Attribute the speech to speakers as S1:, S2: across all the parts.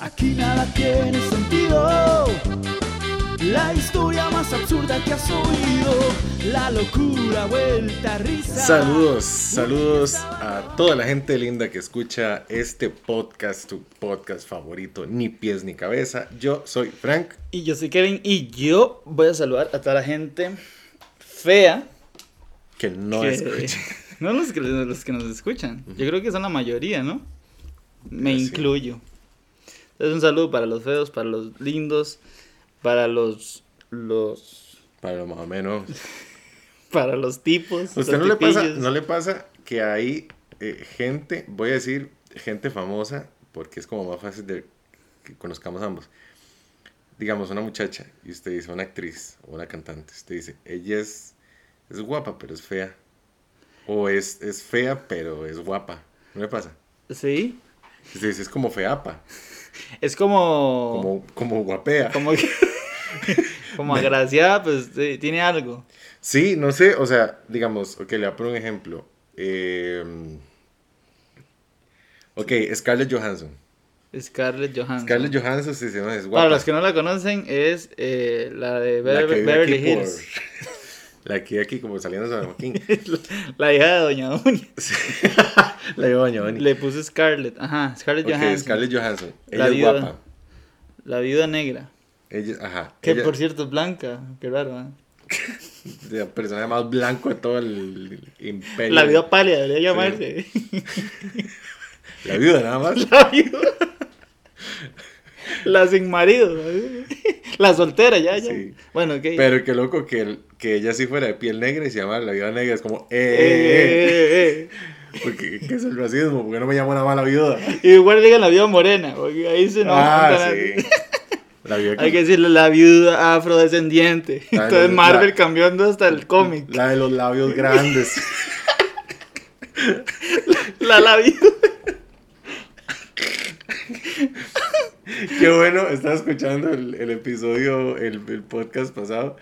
S1: Aquí nada tiene sentido. La historia más absurda que has oído. La locura vuelta a risa.
S2: Saludos, saludos a toda la gente linda que escucha este podcast, tu podcast favorito, ni pies ni cabeza. Yo soy Frank.
S1: Y yo soy Kevin y yo voy a saludar a toda la gente fea.
S2: Que no
S1: que-
S2: escucha.
S1: No los que, los que nos escuchan. Yo creo que son la mayoría, ¿no? Me
S2: Sí.
S1: incluyo. Entonces un saludo para los feos, para los lindos, para los los
S2: Para más o menos.
S1: para los tipos.
S2: ¿Usted
S1: los
S2: no le, pasa,
S1: tipillos.
S2: no le pasa que hay eh, gente, voy a decir gente famosa, porque es como más fácil de que conozcamos ambos. Digamos, una muchacha, y usted dice, una actriz o una cantante, usted dice, ella es, es guapa, pero es fea. O es, es fea, pero es guapa. ¿No le pasa?
S1: Sí.
S2: Y Usted dice, es como feapa,
S1: Es como como
S2: como, como guapea.
S1: como, agraciada, pues sí, tiene algo.
S2: Sí, no sé, o sea, digamos, ok, le voy a poner un ejemplo. Em, ok, Scarlett Johansson.
S1: Scarlett Johansson.
S2: Scarlett Johansson sí, sí, no, es guapa.
S1: para los que no la conocen es eh, la de
S2: La
S1: Bever-
S2: que vive
S1: Beverly
S2: aquí por-
S1: Hills,
S2: La que vive aquí como saliendo de San Joaquín.
S1: la hija de Doña Doña.
S2: la de Doña Bonnie.
S1: Le puse Scarlett, ajá, Scarlett
S2: Ok,
S1: Johansson.
S2: Scarlett Johansson.
S1: La
S2: Ella es
S1: viuda.
S2: guapa.
S1: La viuda negra.
S2: Ella, ajá.
S1: Que
S2: ella
S1: por cierto es blanca. Qué raro, ¿eh?
S2: es la persona más blanco de todo el imperio.
S1: La viuda pálida debería llamarse.
S2: La viuda nada más.
S1: La viuda. La sin marido. ¿eh? La soltera, ya, ya.
S2: Sí.
S1: Bueno, ok.
S2: Pero qué loco que, el- que ella sí fuera de piel negra y se llamara la viuda negra. Es como, eh,
S1: Eh,
S2: eh, eh.
S1: eh, eh,
S2: Porque, ¿Qué es el racismo? ¿Por qué no me llamo nada más la viuda?
S1: eh. Y Igual digan la viuda morena, porque ahí se nos
S2: ah,
S1: montan
S2: sí.
S1: así.
S2: La viuda
S1: Hay que decirle la viuda afrodescendiente.
S2: La-
S1: Entonces
S2: la-
S1: Marvel
S2: la-
S1: cambiando hasta el cómic.
S2: La de los labios grandes.
S1: La, la viuda.
S2: Qué bueno, estaba escuchando el, el episodio, el, el podcast pasado,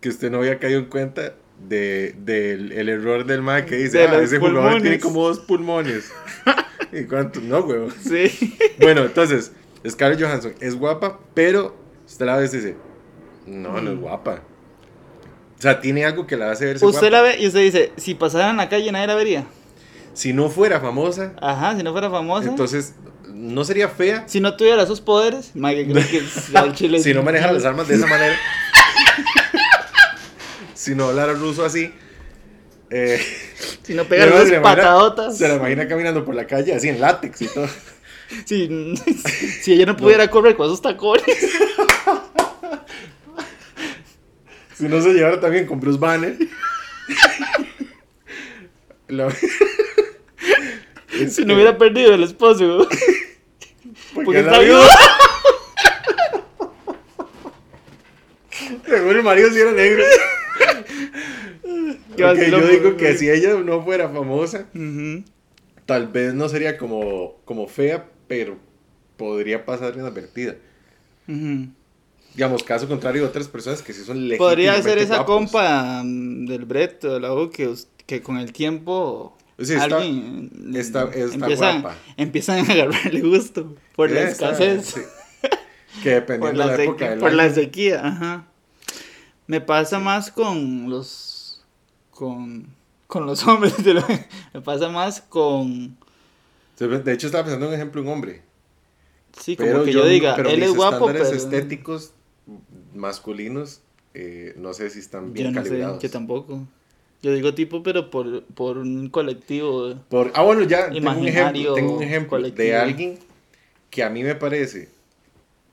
S2: que usted no había caído en cuenta de, del el error del MAC que dice,
S1: De
S2: ah,
S1: los
S2: ese jugador tiene
S1: pulmones".
S2: como dos pulmones. ¿Y cuánto? No, huevo.
S1: Sí.
S2: Bueno, entonces, Scarlett Johansson es guapa, pero usted la ve y usted dice, no, no es
S1: Mm.
S2: guapa. O sea, tiene algo que la hace verse
S1: Usted
S2: guapa.
S1: la ve y usted dice, si pasara en la calle nadie la vería.
S2: Si no fuera famosa,
S1: Ajá, si no fuera famosa.
S2: entonces, no sería fea
S1: Si no tuviera esos poderes, Mike, creo que es- al chile es-
S2: si no manejara las armas de esa manera, si no hablara ruso así, eh,
S1: Si no pegara
S2: luego
S1: las
S2: se la imagina-
S1: patadotas.
S2: Se la imagina caminando por la calle así en látex y todo.
S1: Si, si ella no pudiera correr con esos tacones.
S2: Si no se llevara también con Bruce Banner. La-
S1: Si no hubiera perdido el esposo.
S2: Este, porque
S1: Porque
S2: es la
S1: está
S2: viuda.
S1: viuda.
S2: Seguro el marido si era negro.
S1: Qué
S2: Ok,
S1: vacilón,
S2: yo digo
S1: güey.
S2: que si ella no fuera famosa,
S1: Ujú.
S2: tal vez no sería como, como fea, pero podría pasar inadvertida.
S1: Ujú.
S2: Digamos, caso contrario de otras personas que sí son legítimamente
S1: Podría ser esa
S2: guapos.
S1: compa mm, del Breto, de la U, que, us- que con el tiempo
S2: Sí, está-
S1: alguien mm,
S2: está- está
S1: empiezan,
S2: guapa.
S1: empiezan a agarrarle gusto por la
S2: Esa,
S1: escasez.
S2: sí. Que
S1: Por
S2: dependiendo
S1: la,
S2: de la
S1: sequ-
S2: época del
S1: por la
S2: año.
S1: sequía, ajá. Me pasa más con los. con. con los hombres. te lo- me pasa más con.
S2: De hecho, estaba pensando en un ejemplo, un hombre.
S1: Sí, como
S2: Pero
S1: que yo,
S2: no-
S1: diga,
S2: pero
S1: él
S2: mis
S1: es guapo, pero.
S2: estándares estéticos mm, masculinos, eh, no sé si están
S1: yo
S2: bien
S1: no sé,
S2: calibrados.
S1: yo tampoco. Yo digo tipo, pero por, por un colectivo.
S2: Por- ah, bueno, ya tengo un
S1: Imaginario
S2: ejemplo, tengo un ejemplo de
S1: colectivo.
S2: alguien que a mí me parece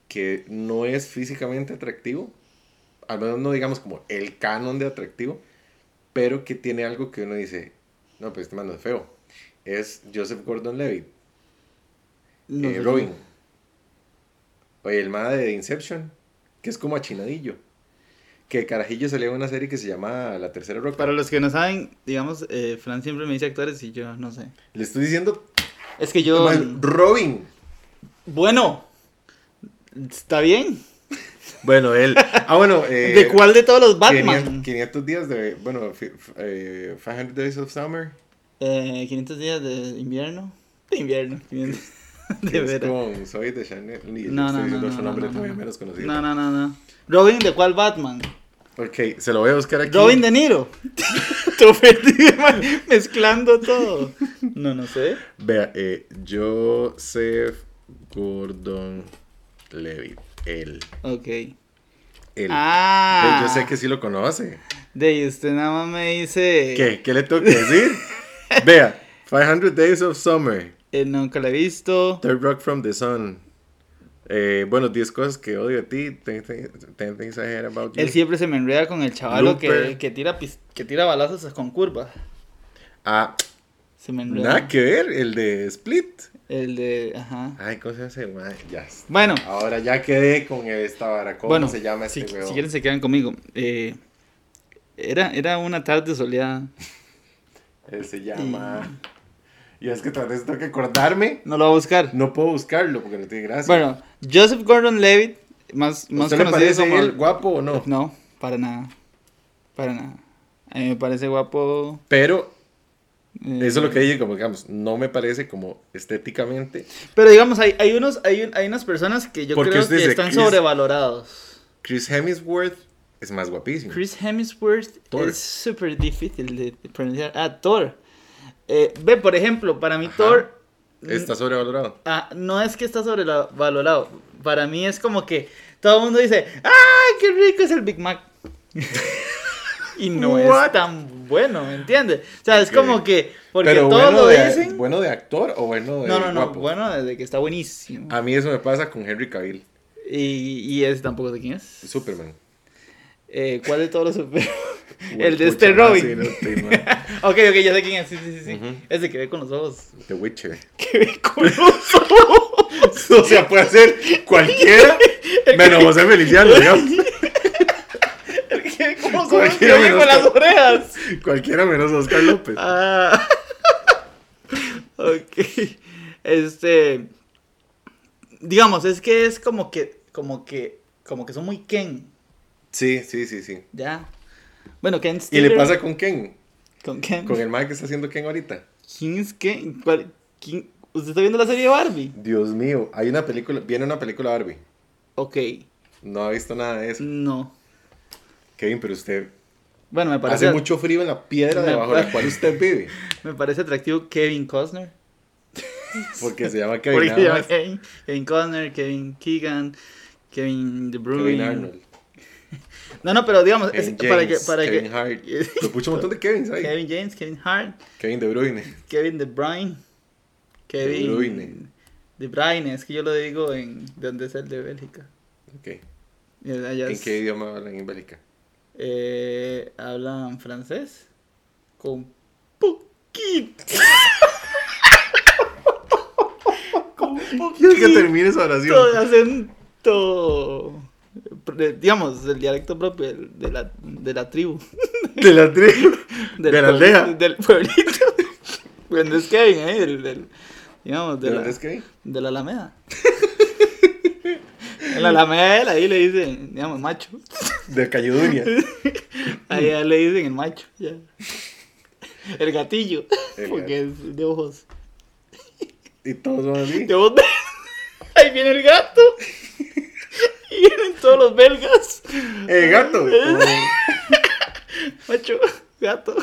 S2: que no es físicamente atractivo, al menos no digamos como el canon de atractivo, pero que tiene algo que uno dice, no, pues este man no es feo. Es Joseph Gordon-Levitt,
S1: no
S2: eh,
S1: sé
S2: Robin.
S1: cómo.
S2: Oye, el madre de Inception, que es como achinadillo. Que Carajillo salió en una serie que se llama La Tercera Roca.
S1: Para los que no saben, digamos, eh, Fran siempre me dice actores y yo no sé.
S2: Le estoy diciendo,
S1: Es que yo. mm,
S2: man, Robin.
S1: Bueno. Está bien.
S2: Bueno, él. Ah, bueno. eh,
S1: ¿De cuál de todos los Batman?
S2: 500, 500 días de, bueno, fi- f- eh, 500 Days of Summer.
S1: Eh, 500 días de invierno. De invierno. 500.
S2: De
S1: de
S2: es
S1: veras.
S2: con Soy de Chanel y
S1: No,
S2: estoy
S1: no,
S2: diciendo
S1: no,
S2: otro
S1: no,
S2: nombre
S1: no,
S2: todavía
S1: no.
S2: menos conocido.
S1: No, no, no, no. Robin, ¿de cuál Batman?
S2: Ok, se lo voy a buscar aquí.
S1: Robin De Niro. Te ofendí man, mezclando todo. No, no sé.
S2: Vea, eh, Joseph Gordon Levitt. Él.
S1: Ok.
S2: él.
S1: Ah.
S2: Ve, Yo sé que sí lo conoce.
S1: De ahí usted nada más me dice.
S2: ¿Qué? ¿Qué le tengo que decir? Vea, 500 Days of Summer.
S1: Eh, nunca la he visto.
S2: Third Rock from the Sun. Eh, bueno, 10 cosas que odio a ti. 10 things I hate about you.
S1: Él siempre se me enreda con el chavalo que,
S2: Looper.
S1: que tira pis- que tira balazos con curvas.
S2: Ah,
S1: Se me enreda.
S2: nada que ver. El de Split.
S1: El de. Ajá.
S2: Ay, ¿cómo se hace? Ma- Ya. está.
S1: Bueno,
S2: Ahora ya quedé con esta vara. Ah, ¿Cómo
S1: bueno.
S2: se llama este
S1: si,
S2: huevón?
S1: si quieren se quedan conmigo. Eh, era, era una tarde soleada.
S2: Eh, se llama. Y es que tras de eso tengo que acordarme.
S1: No lo va a buscar.
S2: No puedo buscarlo porque no tiene gracia.
S1: Bueno, Joseph Gordon Levitt, más, más
S2: ¿Usted le
S1: conocido
S2: parece
S1: como.
S2: él guapo o no?
S1: No, para nada. Para nada. A mí me parece guapo.
S2: Pero
S1: eh,
S2: eso es lo que dije, como digamos, no me parece como estéticamente.
S1: Pero digamos, hay, hay, unos, hay, un- hay unas personas que yo
S2: Porque
S1: creo
S2: usted
S1: que
S2: dice,
S1: están
S2: Chris-
S1: sobrevalorados.
S2: Chris Hemsworth es más guapísimo.
S1: Chris Hemsworth
S2: Thor.
S1: es súper difícil de de pronunciar. Ah, Thor. Eh, ve, por ejemplo, para mí
S2: Ajá.
S1: Thor
S2: Está sobrevalorado.
S1: ah, no es que está sobrevalorado. Para mí es como que todo el mundo dice, ¡ay, qué rico es el Big Mac! y no
S2: What?
S1: es tan bueno, ¿me entiendes? O sea, es
S2: Ok.
S1: como que, porque
S2: Pero
S1: todos
S2: bueno,
S1: lo
S2: de,
S1: dicen.
S2: bueno de actor o bueno de
S1: no, no, no,
S2: guapo. Ah.
S1: bueno, desde que está buenísimo.
S2: A mí eso me pasa con Henry Cavill,
S1: Y, y ese tampoco sé quién es.
S2: Superman.
S1: Eh, ¿Cuál de todos los superhéroes? el de
S2: Pucha,
S1: este
S2: no,
S1: Robin.
S2: sí, no, sí, no.
S1: ok, ok, ya sé quién es. Sí, sí, sí. sí.
S2: Ujú.
S1: Ese que ve con los ojos.
S2: The Witcher.
S1: Que ve con los ojos.
S2: O sea, puede ser cualquiera menos José Feliciano, digamos.
S1: El que ve con los ojos.
S2: Cualquiera
S1: Que ve
S2: menos
S1: con las
S2: Tom.
S1: orejas.
S2: Cualquiera menos Oscar López.
S1: Ah. ok. Este. Digamos, es que es como que. Como que. Como que son muy Ken.
S2: Sí, sí, sí, sí.
S1: Ya. Bueno, Ken
S2: ¿Y le
S1: Stiller-
S2: pasa con Ken?
S1: ¿Con Ken?
S2: Con el mal que está haciendo Ken ahorita.
S1: ¿Quién es Ken? ¿Cuál- quién? ¿Usted está viendo la serie de Barbie?
S2: Dios mío, hay una película, viene una película Barbie.
S1: Ok.
S2: No ha visto nada de eso.
S1: No.
S2: Kevin, pero usted
S1: Bueno, me parece,
S2: hace mucho frío en la piedra
S1: Me
S2: debajo de
S1: pa-
S2: la cual usted vive.
S1: me parece atractivo Kevin Costner.
S2: Porque se llama Kevin,
S1: Porque
S2: nada
S1: se llama
S2: más.
S1: Kevin, Kevin Costner, Kevin Keegan, Kevin De Bruyne.
S2: Kevin Arnold.
S1: No, no, pero digamos, es-
S2: Kevin
S1: para que.
S2: James,
S1: Para
S2: Kevin
S1: que
S2: Hart. Lo pucho un montón de Kevins ahí. Kevin,
S1: Kevin James, Kevin Hart,
S2: De Bruyne.
S1: Kevin De Bruyne. Kevin.
S2: Bruyne.
S1: De Bruyne, es que yo lo digo en. ¿De dónde es el de Bélgica?
S2: Ok.
S1: Y allá
S2: ¿En
S1: es-
S2: qué idioma hablan en Bélgica?
S1: Eh, hablan francés con poquito. con
S2: Quiero que
S1: poquito
S2: termine esa
S1: de
S2: oración.
S1: acento. eh, Digamos, el dialecto propio del- de la, de la tribu.
S2: De la tribu. De, la
S1: puebl-
S2: aldea.
S1: Del pueblito. Bueno, es Kevin, ¿eh? Del, del- digamos, de,
S2: ¿De
S1: la,
S2: dónde es Kevin?
S1: de la Alameda. en la Alameda, él ahí le dicen, digamos, macho.
S2: De Cayudunia.
S1: Allá le dicen el macho, ya. El gatillo,
S2: El
S1: porque es de ojos.
S2: Y todos son así.
S1: De ojos. Ahí viene el gato. Y vienen todos los belgas.
S2: ¡Eh, gato!
S1: Macho, gato.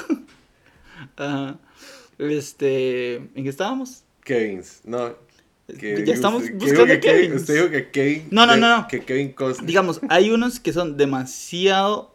S1: Ajá. Este, ¿en qué estábamos?
S2: Kevins, no.
S1: Ya estamos
S2: usted-
S1: buscando
S2: que Kevin,
S1: Kevins.
S2: Usted dijo que Kevin.
S1: No, no,
S2: de-
S1: no, no.
S2: Que Kevin Costner.
S1: Digamos, hay unos que son demasiado,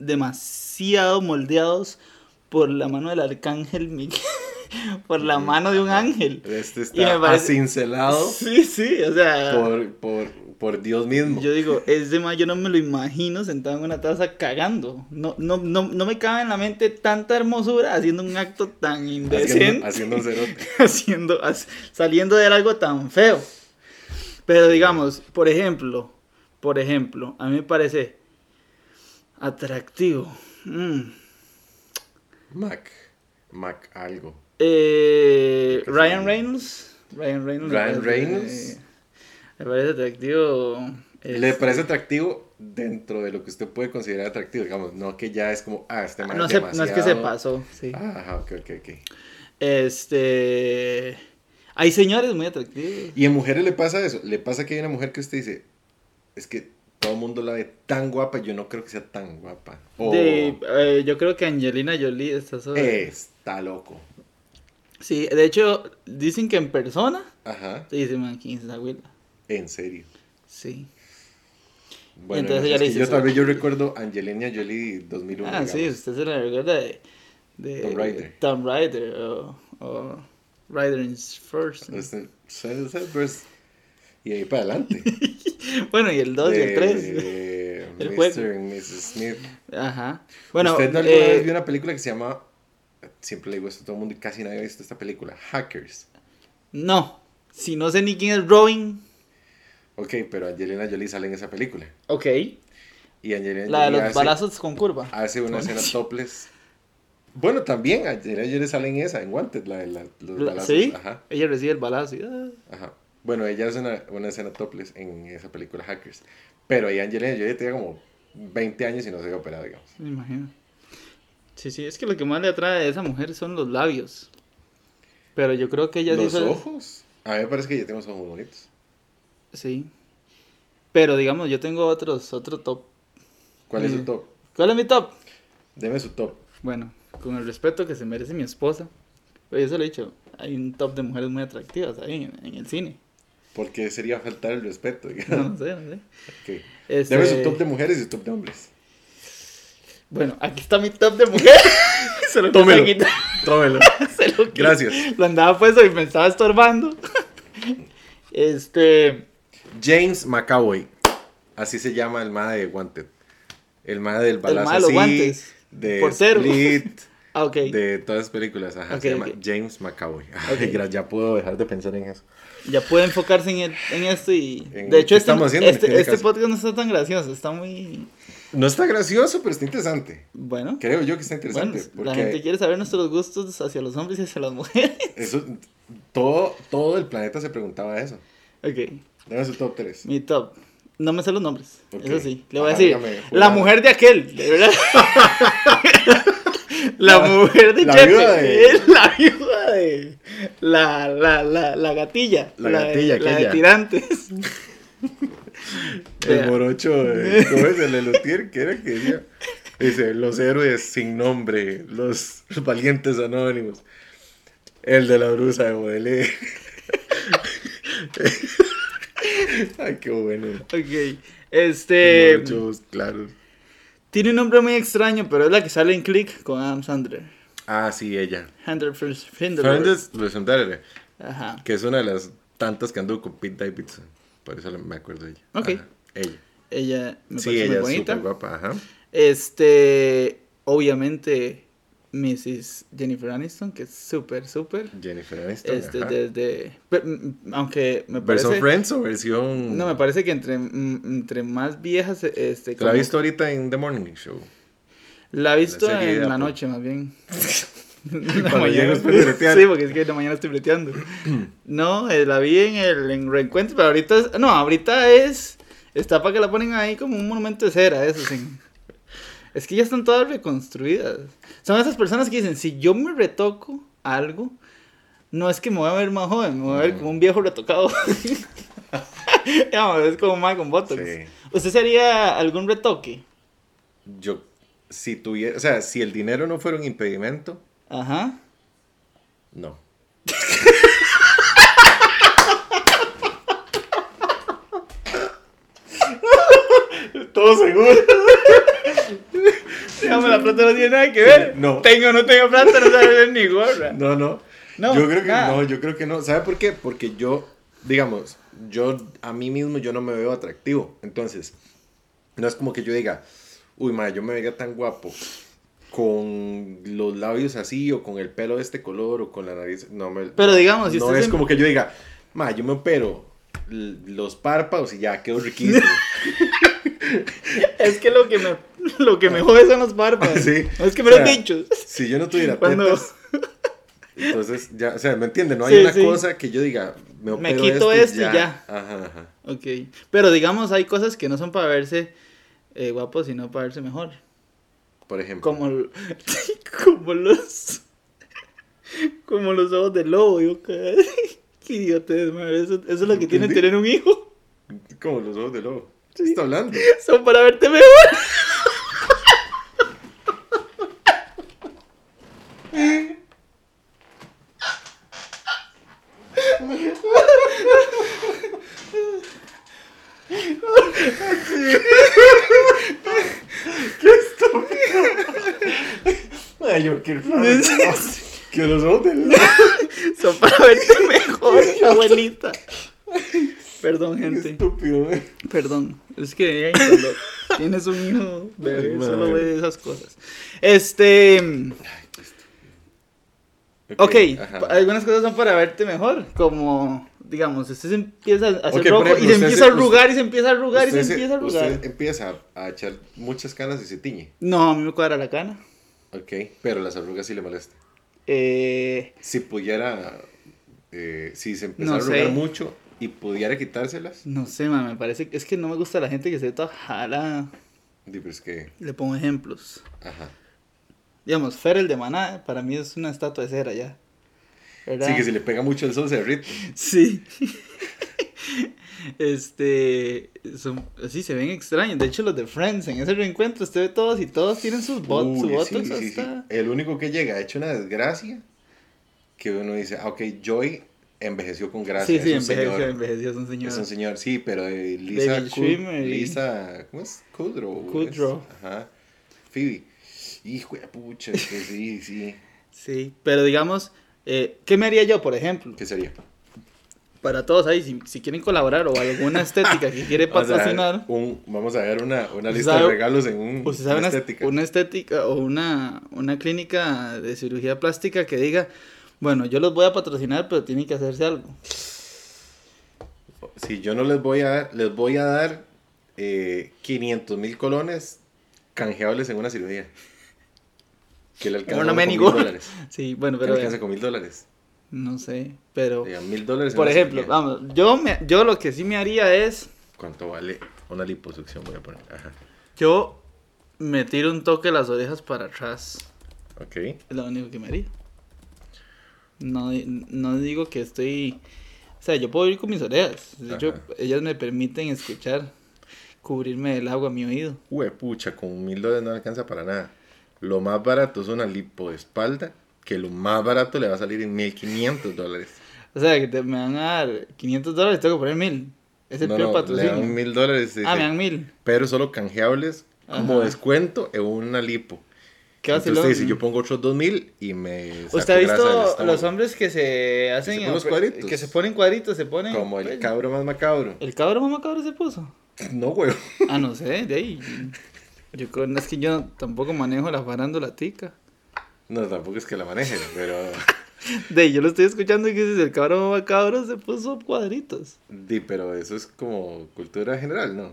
S1: demasiado moldeados por la mano del arcángel Miguel, por la mano de un ángel.
S2: Este
S1: Y me
S2: está
S1: parece-
S2: acincelado
S1: Sí, sí, o sea.
S2: por, por, por Dios mismo.
S1: Yo digo, es de más, yo no me lo imagino sentado en una taza cagando. No, no, no, no me cabe en la mente tanta hermosura haciendo un acto tan indecente.
S2: haciendo, haciendo un cerote.
S1: haciendo, as- saliendo de algo tan feo. Pero digamos, por ejemplo, por ejemplo, a mí me parece atractivo. Mm.
S2: Mac. Mac algo.
S1: Eh,
S2: ¿Qué
S1: Ryan
S2: sería?
S1: Reynolds. Ryan Reynolds. me
S2: Ryan
S1: parece-
S2: Reynolds.
S1: Me parece atractivo.
S2: Le
S1: este,
S2: parece atractivo dentro de lo que usted puede considerar atractivo. Digamos, no que ya es como, ah, este man
S1: no,
S2: es
S1: se- no es que se
S2: Ah. demasiado-
S1: pasó, sí.
S2: Ah, Ajá, ok, ok, ok.
S1: Este. Hay señores muy atractivos.
S2: Y a mujeres le pasa eso. Le pasa que hay una mujer que usted dice, es que todo el mundo la ve tan guapa, yo no creo que sea tan guapa. O
S1: De- eh, yo creo que Angelina Jolie está
S2: Eh.
S1: sobre.
S2: está loco.
S1: Sí, de hecho, dicen que en persona.
S2: Ajá,
S1: Te dicen, man, ¿quién es esa güila?"
S2: en serio.
S1: Sí.
S2: Bueno,
S1: Entonces
S2: no sé,
S1: ella le
S2: es que
S1: dice,
S2: yo tal
S1: "Soy-
S2: vez yo recuerdo Angelina Jolie 2001.
S1: ah, sí,
S2: digamos.
S1: usted se la recuerda de. de
S2: Tomb Raider.
S1: Tomb Raider o. o Rider in First.
S2: Este, se- se- pues, y ahí para adelante.
S1: Bueno, y el 2 y el 3.
S2: De
S1: El
S2: Mr.
S1: juego.
S2: y Mrs. Smith.
S1: Ajá. Bueno,
S2: ¿Usted no alguna
S1: eh,
S2: vez vio una película que se llama... Siempre le digo esto a todo el mundo y casi nadie ha visto esta película. Hackers.
S1: no. Si no sé ni quién es Robin.
S2: Ok, pero Angelina Jolie sale en esa película.
S1: Ok.
S2: Y Angelina
S1: La de
S2: Jolie
S1: los
S2: hace, Ah,
S1: balazos con curva.
S2: hace una escena
S1: Buenísimo.
S2: topless. Bueno, también Angelina Jolie sale en esa, en Wanted, la de la- los
S1: La-
S2: balazos.
S1: sí,
S2: Ajá,
S1: ella recibe el balazo. y, ah.
S2: ajá. Bueno, ella hace una, una escena topless en esa película Hackers. Pero ahí Angelina Jolie tenía como 20 años y no se había operado, digamos.
S1: Me imagino. Sí, sí, es que lo que más le atrae a esa mujer son los labios. Pero yo creo que ella sí
S2: ¿Los
S1: hizo-
S2: ojos? A mí me parece que ya tenemos ojos bonitos.
S1: Sí. Pero digamos, yo tengo otros, otro top.
S2: ¿Cuál es
S1: Eh.
S2: su top?
S1: ¿Cuál es mi top?
S2: Deme su top.
S1: Bueno, con el respeto que se merece mi esposa. Oye, eso lo he dicho. Hay un top de mujeres muy atractivas ahí en, en el cine.
S2: Porque sería faltar el respeto,
S1: No,
S2: digamos.
S1: no sé, no sé.
S2: Ok.
S1: Este,
S2: Deme su top de mujeres y su top de hombres.
S1: Bueno, aquí está mi top de mujeres. se lo quise
S2: Tómelo.
S1: quitar,
S2: Tómelo.
S1: se lo quise.
S2: Gracias.
S1: Lo andaba puesto y me estaba estorbando. Este.
S2: James McAvoy. Así se llama el mae de Wanted. El mae del balazo
S1: mae de los
S2: así,
S1: guantes.
S2: De
S1: Portero.
S2: Split,
S1: Ah, ok.
S2: de todas las películas. Ajá,
S1: Ok,
S2: se llama
S1: ok.
S2: James McAvoy. Ay,
S1: Ok.
S2: gra- ya puedo dejar de pensar en eso.
S1: Ya puede enfocarse en, el- en esto y.
S2: En
S1: de hecho,
S2: qué
S1: este,
S2: estamos haciendo, en
S1: este,
S2: este
S1: este
S2: caso.
S1: podcast no está tan gracioso. Está muy.
S2: No está gracioso, pero está interesante.
S1: Bueno.
S2: Creo yo que está
S1: bueno,
S2: interesante.
S1: la
S2: porque
S1: gente quiere saber nuestros gustos hacia los hombres y hacia las mujeres.
S2: eso, todo, todo el planeta se preguntaba eso.
S1: Ok.
S2: Dame su top 3.
S1: Mi top. No me sé los nombres.
S2: Ok.
S1: Eso sí. Le voy a
S2: Ajá,
S1: decir.
S2: dígame,
S1: la
S2: fulano.
S1: mujer de aquel. De verdad. la,
S2: La-
S1: mujer de
S2: la
S1: Chepe.
S2: viuda de-
S1: La viuda de. La, la, la, la gatilla.
S2: La gatilla,
S1: de, la de
S2: aquella.
S1: tirantes.
S2: El
S1: Vea.
S2: morocho, eh, ¿cómo es? El elutier, que era que decía? Dice, los héroes sin nombre, los valientes anónimos. El de la brusa de Modelé. Ay, qué bueno.
S1: ok. Este.
S2: Morochos claros.
S1: Tiene un nombre muy extraño, pero es la que sale en Click con Adam Sandler.
S2: Ah, sí, ella.
S1: Hunter First Finderberg.
S2: Fernández Resentarere,
S1: Ajá.
S2: que es una de las tantas que anduvo con Pete Davidson. Por eso me acuerdo de ella.
S1: Ok.
S2: Ajá, Ella.
S1: Ella me
S2: Sí,
S1: parece
S2: ella
S1: muy
S2: es
S1: bonita.
S2: súper guapa, ajá.
S1: Este, obviamente, Mrs. Jennifer Aniston, que es súper, súper.
S2: Jennifer Aniston,
S1: Este,
S2: ajá.
S1: desde. pe- mm, Aunque me
S2: ¿Versión
S1: parece.
S2: Friends o versión...?
S1: No, me parece que entre, mm, entre más viejas. Este,
S2: ¿Te la he
S1: como-
S2: visto ahorita en The Morning Show?
S1: La he visto
S2: la serie de
S1: en la
S2: Apple?
S1: noche, más bien. En la
S2: Cuando llegas,
S1: mañana.
S2: puedes bretear.
S1: Sí, porque es que de mañana estoy breteando. No, eh, la vi en el en reencuentro, pero ahorita es, no, ahorita es está para que la ponen ahí como un monumento de cera, eso sí. Es que ya están todas reconstruidas. Son esas personas que dicen, si yo me retoco algo, no es que me voy a ver más joven, me voy a ver como un viejo retocado. no, es como más con botox.
S2: Sí.
S1: ¿Usted sería algún retoque?
S2: Yo, si tuviera, o sea, si el dinero no fuera un impedimento,
S1: Ajá.
S2: no. Todo seguro.
S1: Digamos, la plata no tiene nada que ver.
S2: no.
S1: Tengo o no tengo plata, no sabe ver ni gorra.
S2: No, no.
S1: No,
S2: yo creo que
S1: nada.
S2: no, yo creo que no. ¿Sabe por qué? Porque yo, digamos, yo a mí mismo yo no me veo atractivo. Entonces, no es como que yo diga, uy, madre, yo me veía tan guapo con los labios así o con el pelo de este color o con la nariz. No me.
S1: Pero digamos, si
S2: no
S1: usted
S2: es
S1: se-
S2: como que yo diga, madre, yo me opero l- los párpados y ya quedo riquísimo.
S1: Es que lo que me, lo que me jode son los bárbaros.
S2: Ah. Sí. Ah.
S1: No es que me
S2: O
S1: lo
S2: sea,
S1: han dicho.
S2: Si yo no tuviera
S1: Cuando-
S2: tetas, Entonces, ya, o sea, ¿me entiende? No hay
S1: Sí,
S2: una
S1: sí.
S2: cosa que yo diga, me,
S1: Me
S2: opero
S1: quito
S2: esto
S1: esto y ya.
S2: Ajá, ajá.
S1: Ok. Pero digamos, hay cosas que no son para verse eh, guapos, sino para verse mejor.
S2: Por ejemplo.
S1: Como, l- como los. Como los ojos del lobo, yo caí. Qué idiotez, madre. Eso, eso es lo que tiene
S2: ¿Entendí?
S1: tener un hijo.
S2: Como los ojos de lobo. ¿Qué está hablando?
S1: Son para verte mejor.
S2: Ay, yo qué raro. que los ojos de lobo.
S1: Son para verte mejor, abuelita. Perdón, gente.
S2: Estúpido, güey.
S1: Perdón. Es que ay, cuando tienes un hijo, bebé,
S2: Ay, madre.
S1: solo ve esas cosas. Este. Ok,
S2: ajá.
S1: pa- algunas cosas son para verte mejor. Como, digamos, usted se empieza a hacer
S2: Ok, por
S1: rojo
S2: ejemplo,
S1: y se
S2: usted
S1: empieza a
S2: se-
S1: arrugar y se empieza a arrugar y se
S2: Usted se-
S1: empieza a arrugar.
S2: usted empieza a, a echar muchas canas y se tiñe.
S1: No, a mí me cuadra la cana.
S2: Ok, pero las arrugas sí le molesta.
S1: Eh,
S2: Si pudiera, eh, si se empezara
S1: No
S2: a arrugar
S1: sé.
S2: mucho y pudiera quitárselas,
S1: no sé, man, me parece que es que no me gusta la gente que se ve toda jala.
S2: di, pero es que,
S1: Le pongo ejemplos.
S2: ajá.
S1: Digamos, Fer el de Maná, para mí es una estatua de cera ya. ¿Verdad?
S2: Sí, que si le pega mucho el sol se derrite.
S1: Sí. este. Son, sí, se ven extraños. De hecho, los de Friends, en ese reencuentro, usted ve todos y todos tienen sus bots, su
S2: Uy, eh,
S1: botox
S2: sí, sí, sí.
S1: hasta-
S2: El único que llega ha hecho una desgracia que uno dice, ah, ok, Joy envejeció con gracia.
S1: Sí, sí,
S2: es un
S1: envejeció,
S2: señor.
S1: envejeció, es un señor.
S2: Es un señor, sí, pero eh, Lisa,
S1: David
S2: Kud-
S1: Schwimmer y-
S2: Lisa, ¿cómo es? Kudrow. es.
S1: Kudrow.
S2: Ajá. Phoebe. Hijo de pucha, es que sí, sí.
S1: Sí, pero digamos, eh, ¿qué me haría yo, por ejemplo?
S2: ¿Qué sería?
S1: Para todos ahí, si, si quieren colaborar o hay alguna estética que quiere
S2: O sea,
S1: patrocinar,
S2: un- vamos a ver una, una
S1: ¿Usted
S2: lista de
S1: sabe-
S2: regalos en un,
S1: usted sabe
S2: una
S1: una
S2: estética.
S1: estética, una estética o una, una clínica de cirugía plástica que diga, bueno, yo los voy a patrocinar, pero tienen que hacerse algo.
S2: Si yo no les voy a dar, les voy a dar 500 mil colones canjeables en una cirugía. Que le alcanza
S1: Una
S2: a uno con mil
S1: menigua.
S2: dólares.
S1: Sí, bueno,
S2: Que le
S1: pero
S2: alcanza con mil dólares.
S1: no sé, pero...
S2: Digan, mil dólares en
S1: Por
S2: una
S1: ejemplo,
S2: cirugía.
S1: vamos, yo, me, yo lo que sí me haría es,
S2: ¿Cuánto vale una liposucción? Voy a poner. Ajá.
S1: yo me tiro un toque las orejas para atrás.
S2: Ok.
S1: Es lo único que me haría. No, di- no digo que estoy... O sea, yo puedo ir con mis orejas. De hecho,
S2: Ajá.
S1: ellas me permiten escuchar, cubrirme del agua a mi oído.
S2: Huepucha, con mil dólares no alcanza para nada. Lo más barato es una lipo de espalda, que lo más barato le va a salir en 1500 dólares.
S1: O sea, que te- me van a dar 500 dólares, tengo que poner 1000. Es el
S2: No,
S1: peor
S2: no, le
S1: patrocinio.
S2: dan mil dólares, dice,
S1: ah, me dan 1000.
S2: pero solo canjeables como
S1: Ajá.
S2: descuento en una lipo.
S1: ¿Qué
S2: Entonces
S1: vacilón.
S2: te dice, yo pongo otros 2000 y me saco
S1: ¿Usted ha
S2: grasa del
S1: visto
S2: estómago.
S1: los hombres que se hacen...
S2: ponen los cuadritos.
S1: Que se ponen cuadritos, se ponen...
S2: Como el
S1: pues,
S2: cabro más macabro.
S1: ¿El cabro mamá cabro se puso?
S2: No, huevo.
S1: Ah, no sé, de ahí. Yo con- es que yo tampoco manejo la farándula tica.
S2: No, tampoco es que la manejen, pero...
S1: De ahí, yo lo estoy escuchando y que dices, el cabro mamá cabro se puso cuadritos.
S2: Di, pero eso es como cultura general, ¿no?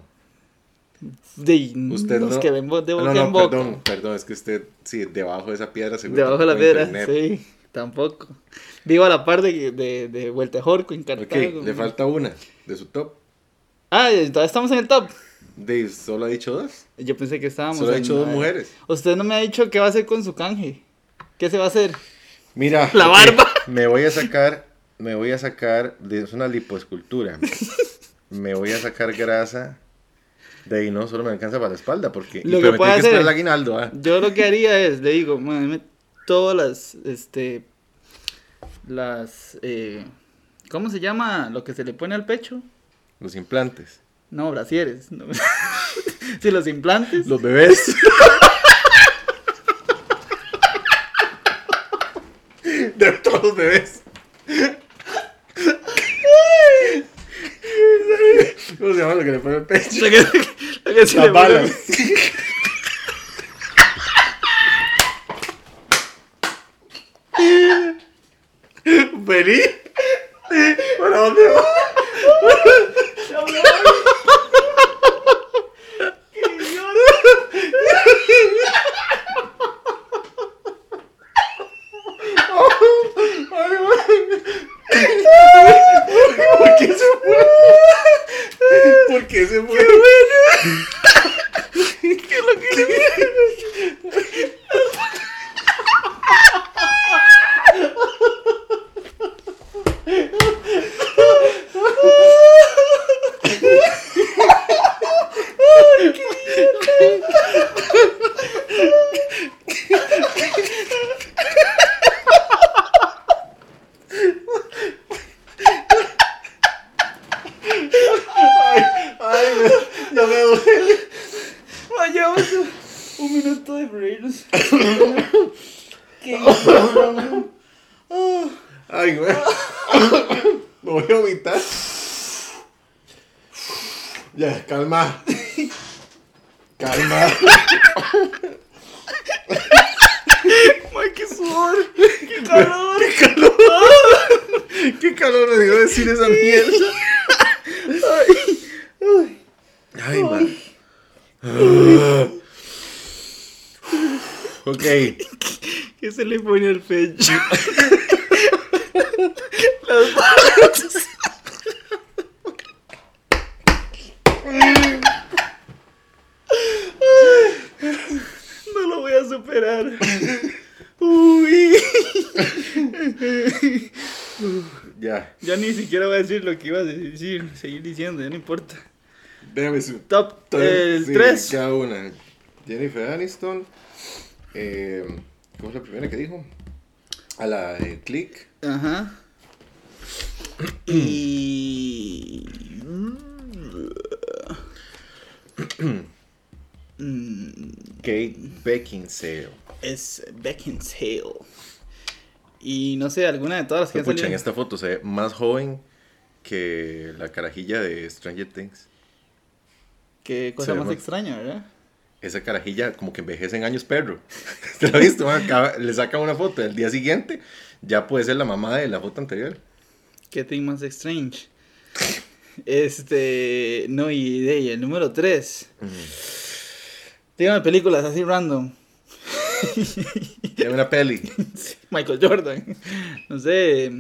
S1: De ahí,
S2: Usted
S1: los
S2: no.
S1: que ven bo- de
S2: Ah,
S1: boca
S2: no, no,
S1: en boca.
S2: Perdón, perdón, es que usted, sí, debajo de esa piedra seguro.
S1: Debajo de la
S2: tampoco hay
S1: piedra,
S2: internet.
S1: sí, tampoco. Vivo a la par de, de, de Vueltejorco en
S2: Ok,
S1: Cartago.
S2: le falta una de su top.
S1: Ah, todavía estamos en el top.
S2: Dave solo ha dicho dos.
S1: Yo pensé que estábamos
S2: Solo ha
S1: en-
S2: dicho dos mujeres.
S1: Usted no me ha dicho qué va a hacer con su canje. ¿Qué se va a hacer?
S2: Mira.
S1: La
S2: ok,
S1: barba.
S2: Me voy a sacar, me voy a sacar, de- es una lipoescultura. me voy a sacar grasa. De ahí no, solo me alcanza para la espalda porque...
S1: Lo que
S2: y- pero me
S1: puede
S2: tiene que
S1: hacer-
S2: esperar el aguinaldo, ah.
S1: Yo lo que haría es, le digo, "Ma, deme todas las, este, las, eh, ¿cómo se llama? Lo que se le pone al pecho.
S2: Los implantes.
S1: No, brasieres. no. sí, los implantes.
S2: Los bebés. De todos los bebés. ¿Cómo se llama lo que le pone el pecho?
S1: Lo que, lo que se le pone-
S2: Las balas. ¿Vení? ¿Para dónde va? ¿Por qué se fue? ¿Por qué se fue? Ya me duele.
S1: Ay, llevamos un minuto de reírnos. Qué cabrón. Ah,
S2: Ay, güey. Me voy a vomitar. Ya, calma. Calma.
S1: Ay, qué sudor. Qué calor.
S2: Qué calor me dio decir esa mierda.
S1: Ay, ay.
S2: Ay, man. Ok.
S1: ¿Qué se le pone al pecho? No lo voy a superar. Uy.
S2: Ya.
S1: Ya ni siquiera voy a decir lo que iba a decir, seguir diciendo, ya no importa.
S2: Déjame su
S1: Top eh, el 3.
S2: Cada una. Jennifer Aniston. eh, ¿Cómo es la primera que dijo? A la de Click.
S1: Ajá. Y. Mm,
S2: Kate Beckinsale.
S1: es Beckinsale. Y no sé, alguna de todas las que han
S2: Pues, Pucha, en
S1: salido.
S2: esta foto se ve más joven que la carajilla de Stranger Things.
S1: Qué
S2: se
S1: cosa
S2: ve
S1: más
S2: más.
S1: extraña, ¿verdad?
S2: Esa carajilla como que envejece en años perro. ¿Te lo has visto? man? Acaba- le sacan una foto del día siguiente. Ya puede ser la mamá de la foto anterior.
S1: Qué thing más strange. Este. No, y de ella, el número 3. Dígame películas así random.
S2: Tiene una peli.
S1: Michael Jordan. No sé.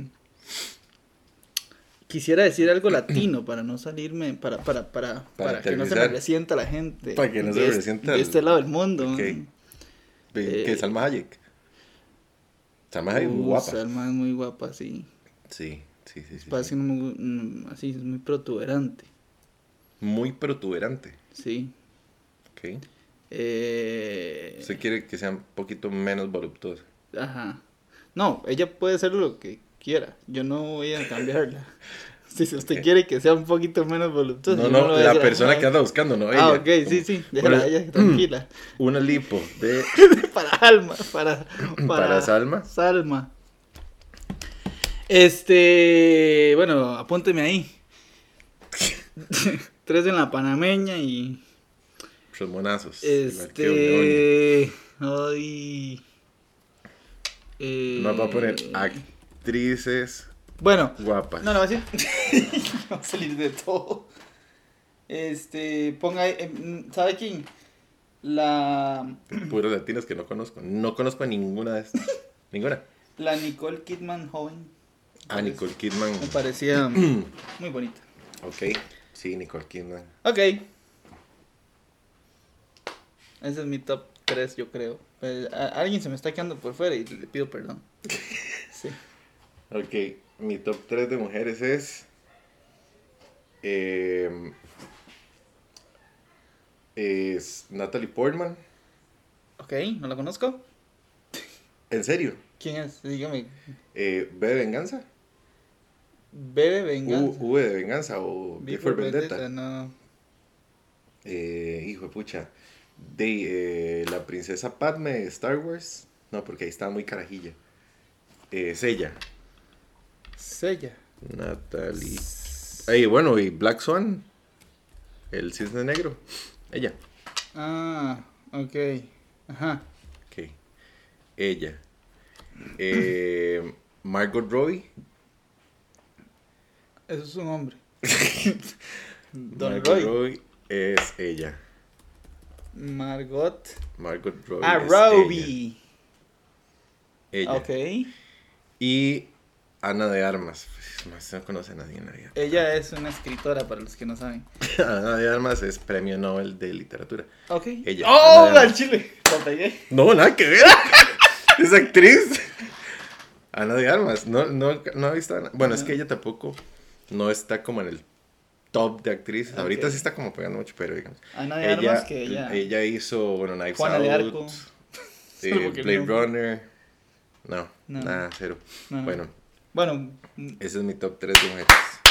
S1: Quisiera decir algo latino para no salirme, para, para, para, para, que no se me
S2: eternizar.
S1: resienta la gente.
S2: Para que no
S1: de
S2: se me
S1: este-
S2: resienta
S1: De
S2: el-
S1: este lado del mundo. man.
S2: Ok. de- Que
S1: Eh.
S2: es Salma Hayek. Salma Hayek,
S1: Uh,
S2: guapa.
S1: Salma es muy guapa, sí.
S2: Sí, sí, sí. sí,
S1: Parece
S2: sí.
S1: muy- mm, así, es muy protuberante.
S2: Muy protuberante.
S1: Sí.
S2: Ok.
S1: Eh,
S2: Usted quiere que sea un poquito menos voluptuosa.
S1: Ajá. No, ella puede ser lo que quiera. Yo no voy a cambiarla. Si usted
S2: Ok.
S1: quiere que sea un poquito menos voluptuosa.
S2: no,
S1: yo
S2: no,
S1: lo voy a
S2: la
S1: decir,
S2: persona
S1: "Ay,
S2: que anda buscando, no ella.
S1: Ah, ok, sí, sí, déjala
S2: Bueno,
S1: a ella tranquila.
S2: Una lipo de
S1: para Alma, para, Mm. para,
S2: Para Salma.
S1: Salma. Este, bueno, apúnteme ahí. Tres en la panameña y
S2: los monazos. igual que Doña Oña.
S1: este, hoy. eh,
S2: Nos va a poner actrices
S1: Bueno,
S2: guapas.
S1: no, no va a decir. va a salir de todo. Este, ponga, ahí, eh, ¿sabe quién? La
S2: Puras latinas que no conozco. No conozco a ninguna de estas. ninguna.
S1: La Nicole Kidman joven. Pues,
S2: Ah, Nicole Kidman.
S1: Me parecía muy bonita.
S2: Ok. Sí, Nicole Kidman.
S1: Ok. Ese es mi top 3, yo creo. Eh, a- alguien se me está quedando por fuera y le pido perdón. Sí.
S2: Ok. Mi top 3 de mujeres es. eh, es Natalie Portman.
S1: Ok, no la conozco.
S2: ¿En serio?
S1: ¿Quién es? Dígame.
S2: Eh, ¿B de venganza?
S1: Bebe
S2: U-
S1: Venganza.
S2: ¿V de venganza o B for uh, Vendetta?
S1: no.
S2: Eh, hijo de pucha. De eh, la princesa Padme de Star Wars. No, porque ahí estaba muy carajilla. Eh, es ella.
S1: Sella.
S2: Natalie. Ey, bueno, y Black Swan. El cisne negro. Ella.
S1: Ah, ok. Ajá.
S2: Ok. Ella. Eh, Margot Robbie.
S1: Eso es un hombre. Don
S2: Margot
S1: Roy.
S2: Robbie es ella.
S1: Margot.
S2: Margot Robbie.
S1: Ah,
S2: es ella.
S1: Robbie.
S2: Este,
S1: Ah,
S2: Ella.
S1: Ok.
S2: Y Ana de Armas. Pues, más no conoce a nadie en la vida.
S1: Ella es una escritora para los que no saben.
S2: Ana Ah, de Armas es premio Nobel de literatura.
S1: Ok.
S2: Ella,
S1: ¡Oh,
S2: Ana de
S1: al
S2: Armas.
S1: chile! La pegué.
S2: No, nada que ver. es actriz. Ana de Armas. No, no, no he visto a Ana- Bueno, es que ella tampoco no está como en el top de actrices. Ahorita
S1: Ok.
S2: sí está como pegando mucho, pero digamos.
S1: Ana de Armas que ella.
S2: ella hizo, bueno, Knives
S1: Juana
S2: Out.
S1: de Arco.
S2: eh,
S1: Solo porque
S2: Blade
S1: no.
S2: Runner. No,
S1: No. Ah.
S2: nada, cero.
S1: No, no.
S2: Bueno,
S1: Bueno, mm,
S2: ese es mi top 3 de mujeres.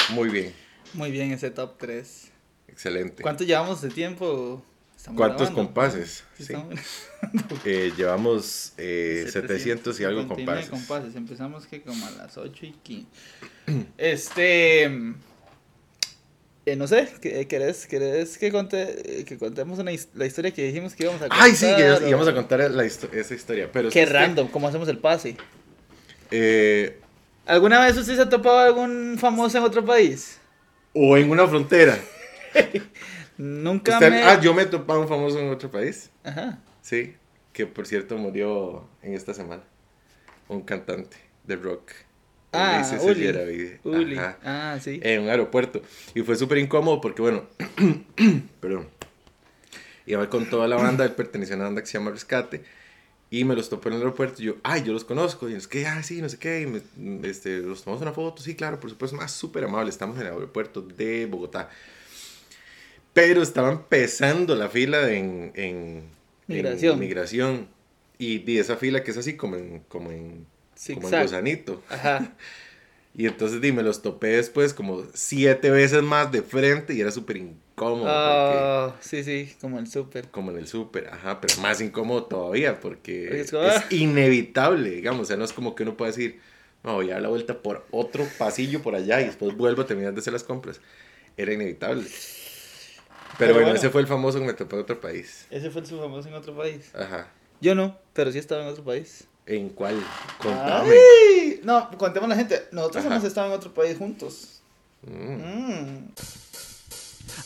S2: Muy bien.
S1: muy bien ese top 3.
S2: Excelente.
S1: ¿Cuánto llevamos de tiempo? Estamos
S2: ¿Cuántos
S1: grabando?
S2: compases?
S1: Sí,
S2: Sí.
S1: estamos-
S2: Eh, llevamos eh, 700 y algo
S1: 759
S2: compases.
S1: compases. Empezamos que como a las 8 y 15. Este. eh, no sé, ¿qué- ¿querés, querés que, conte, eh, que contemos una his- la historia que dijimos que íbamos a contar?
S2: Ay, sí, que
S1: o-
S2: íbamos a contar la histo- esa historia. Pero
S1: Qué
S2: es que-
S1: random, ¿cómo hacemos el pase?
S2: eh,
S1: ¿Alguna vez usted se ha topado a algún famoso en otro país?
S2: o en una frontera.
S1: Nunca
S2: Usted-
S1: me...
S2: Ah, yo me he topado a un famoso en otro país.
S1: Ajá.
S2: Sí, que por cierto murió en esta semana. Un cantante de rock.
S1: Ah,
S2: Ulises
S1: Uli.
S2: Echeverría.
S1: Uli.
S2: Ajá. Eh,
S1: Ah, sí.
S2: en un aeropuerto. Y fue súper incómodo porque, bueno, perdón. Iba con toda la banda, él pertenecía a una banda que se llama Rescate. Y me los topé en el aeropuerto. Y yo, ay, yo los conozco. Y es que, ah, sí, no sé qué. Y me- este, los tomamos una foto. Sí, claro, por supuesto. Más súper amable. Estamos en el aeropuerto de Bogotá. Pero estaba empezando la fila de- en, en-
S1: Migración.
S2: en migración. Y, vi esa fila que es así como en, como en, como en
S1: Zigzag.
S2: gusanito.
S1: Ajá.
S2: Y entonces di, me los topé después como siete veces más de frente y era súper incómodo.
S1: Ah, sí, sí, como el súper.
S2: porque- como en el súper, ajá, pero más incómodo todavía porque
S1: Es
S2: es,
S1: como, ah.
S2: inevitable, digamos. O sea, no es como que uno pueda decir, no, voy a dar la vuelta por otro pasillo por allá y después vuelvo a terminar de hacer las compras. Era inevitable. Pero,
S1: Pero
S2: bueno,
S1: bueno.
S2: ese fue el famoso que me topé en otro país.
S1: Ese fue el su famoso en otro país.
S2: Ajá.
S1: Yo no, pero sí estaba en otro país.
S2: ¿En cuál?
S1: Ah,
S2: Contame.
S1: Ay, No, contemos la gente. Nosotros
S2: Ajá.
S1: hemos estado en otro país juntos.
S2: Mm.
S1: Mm.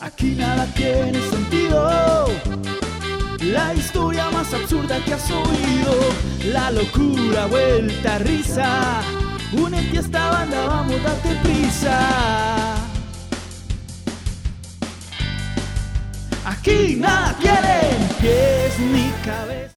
S3: Aquí nada tiene sentido. La historia más absurda que has oído. La locura vuelta a risa. Únete a esta banda, vamos, date prisa. Aquí nada tiene pies ni cabeza.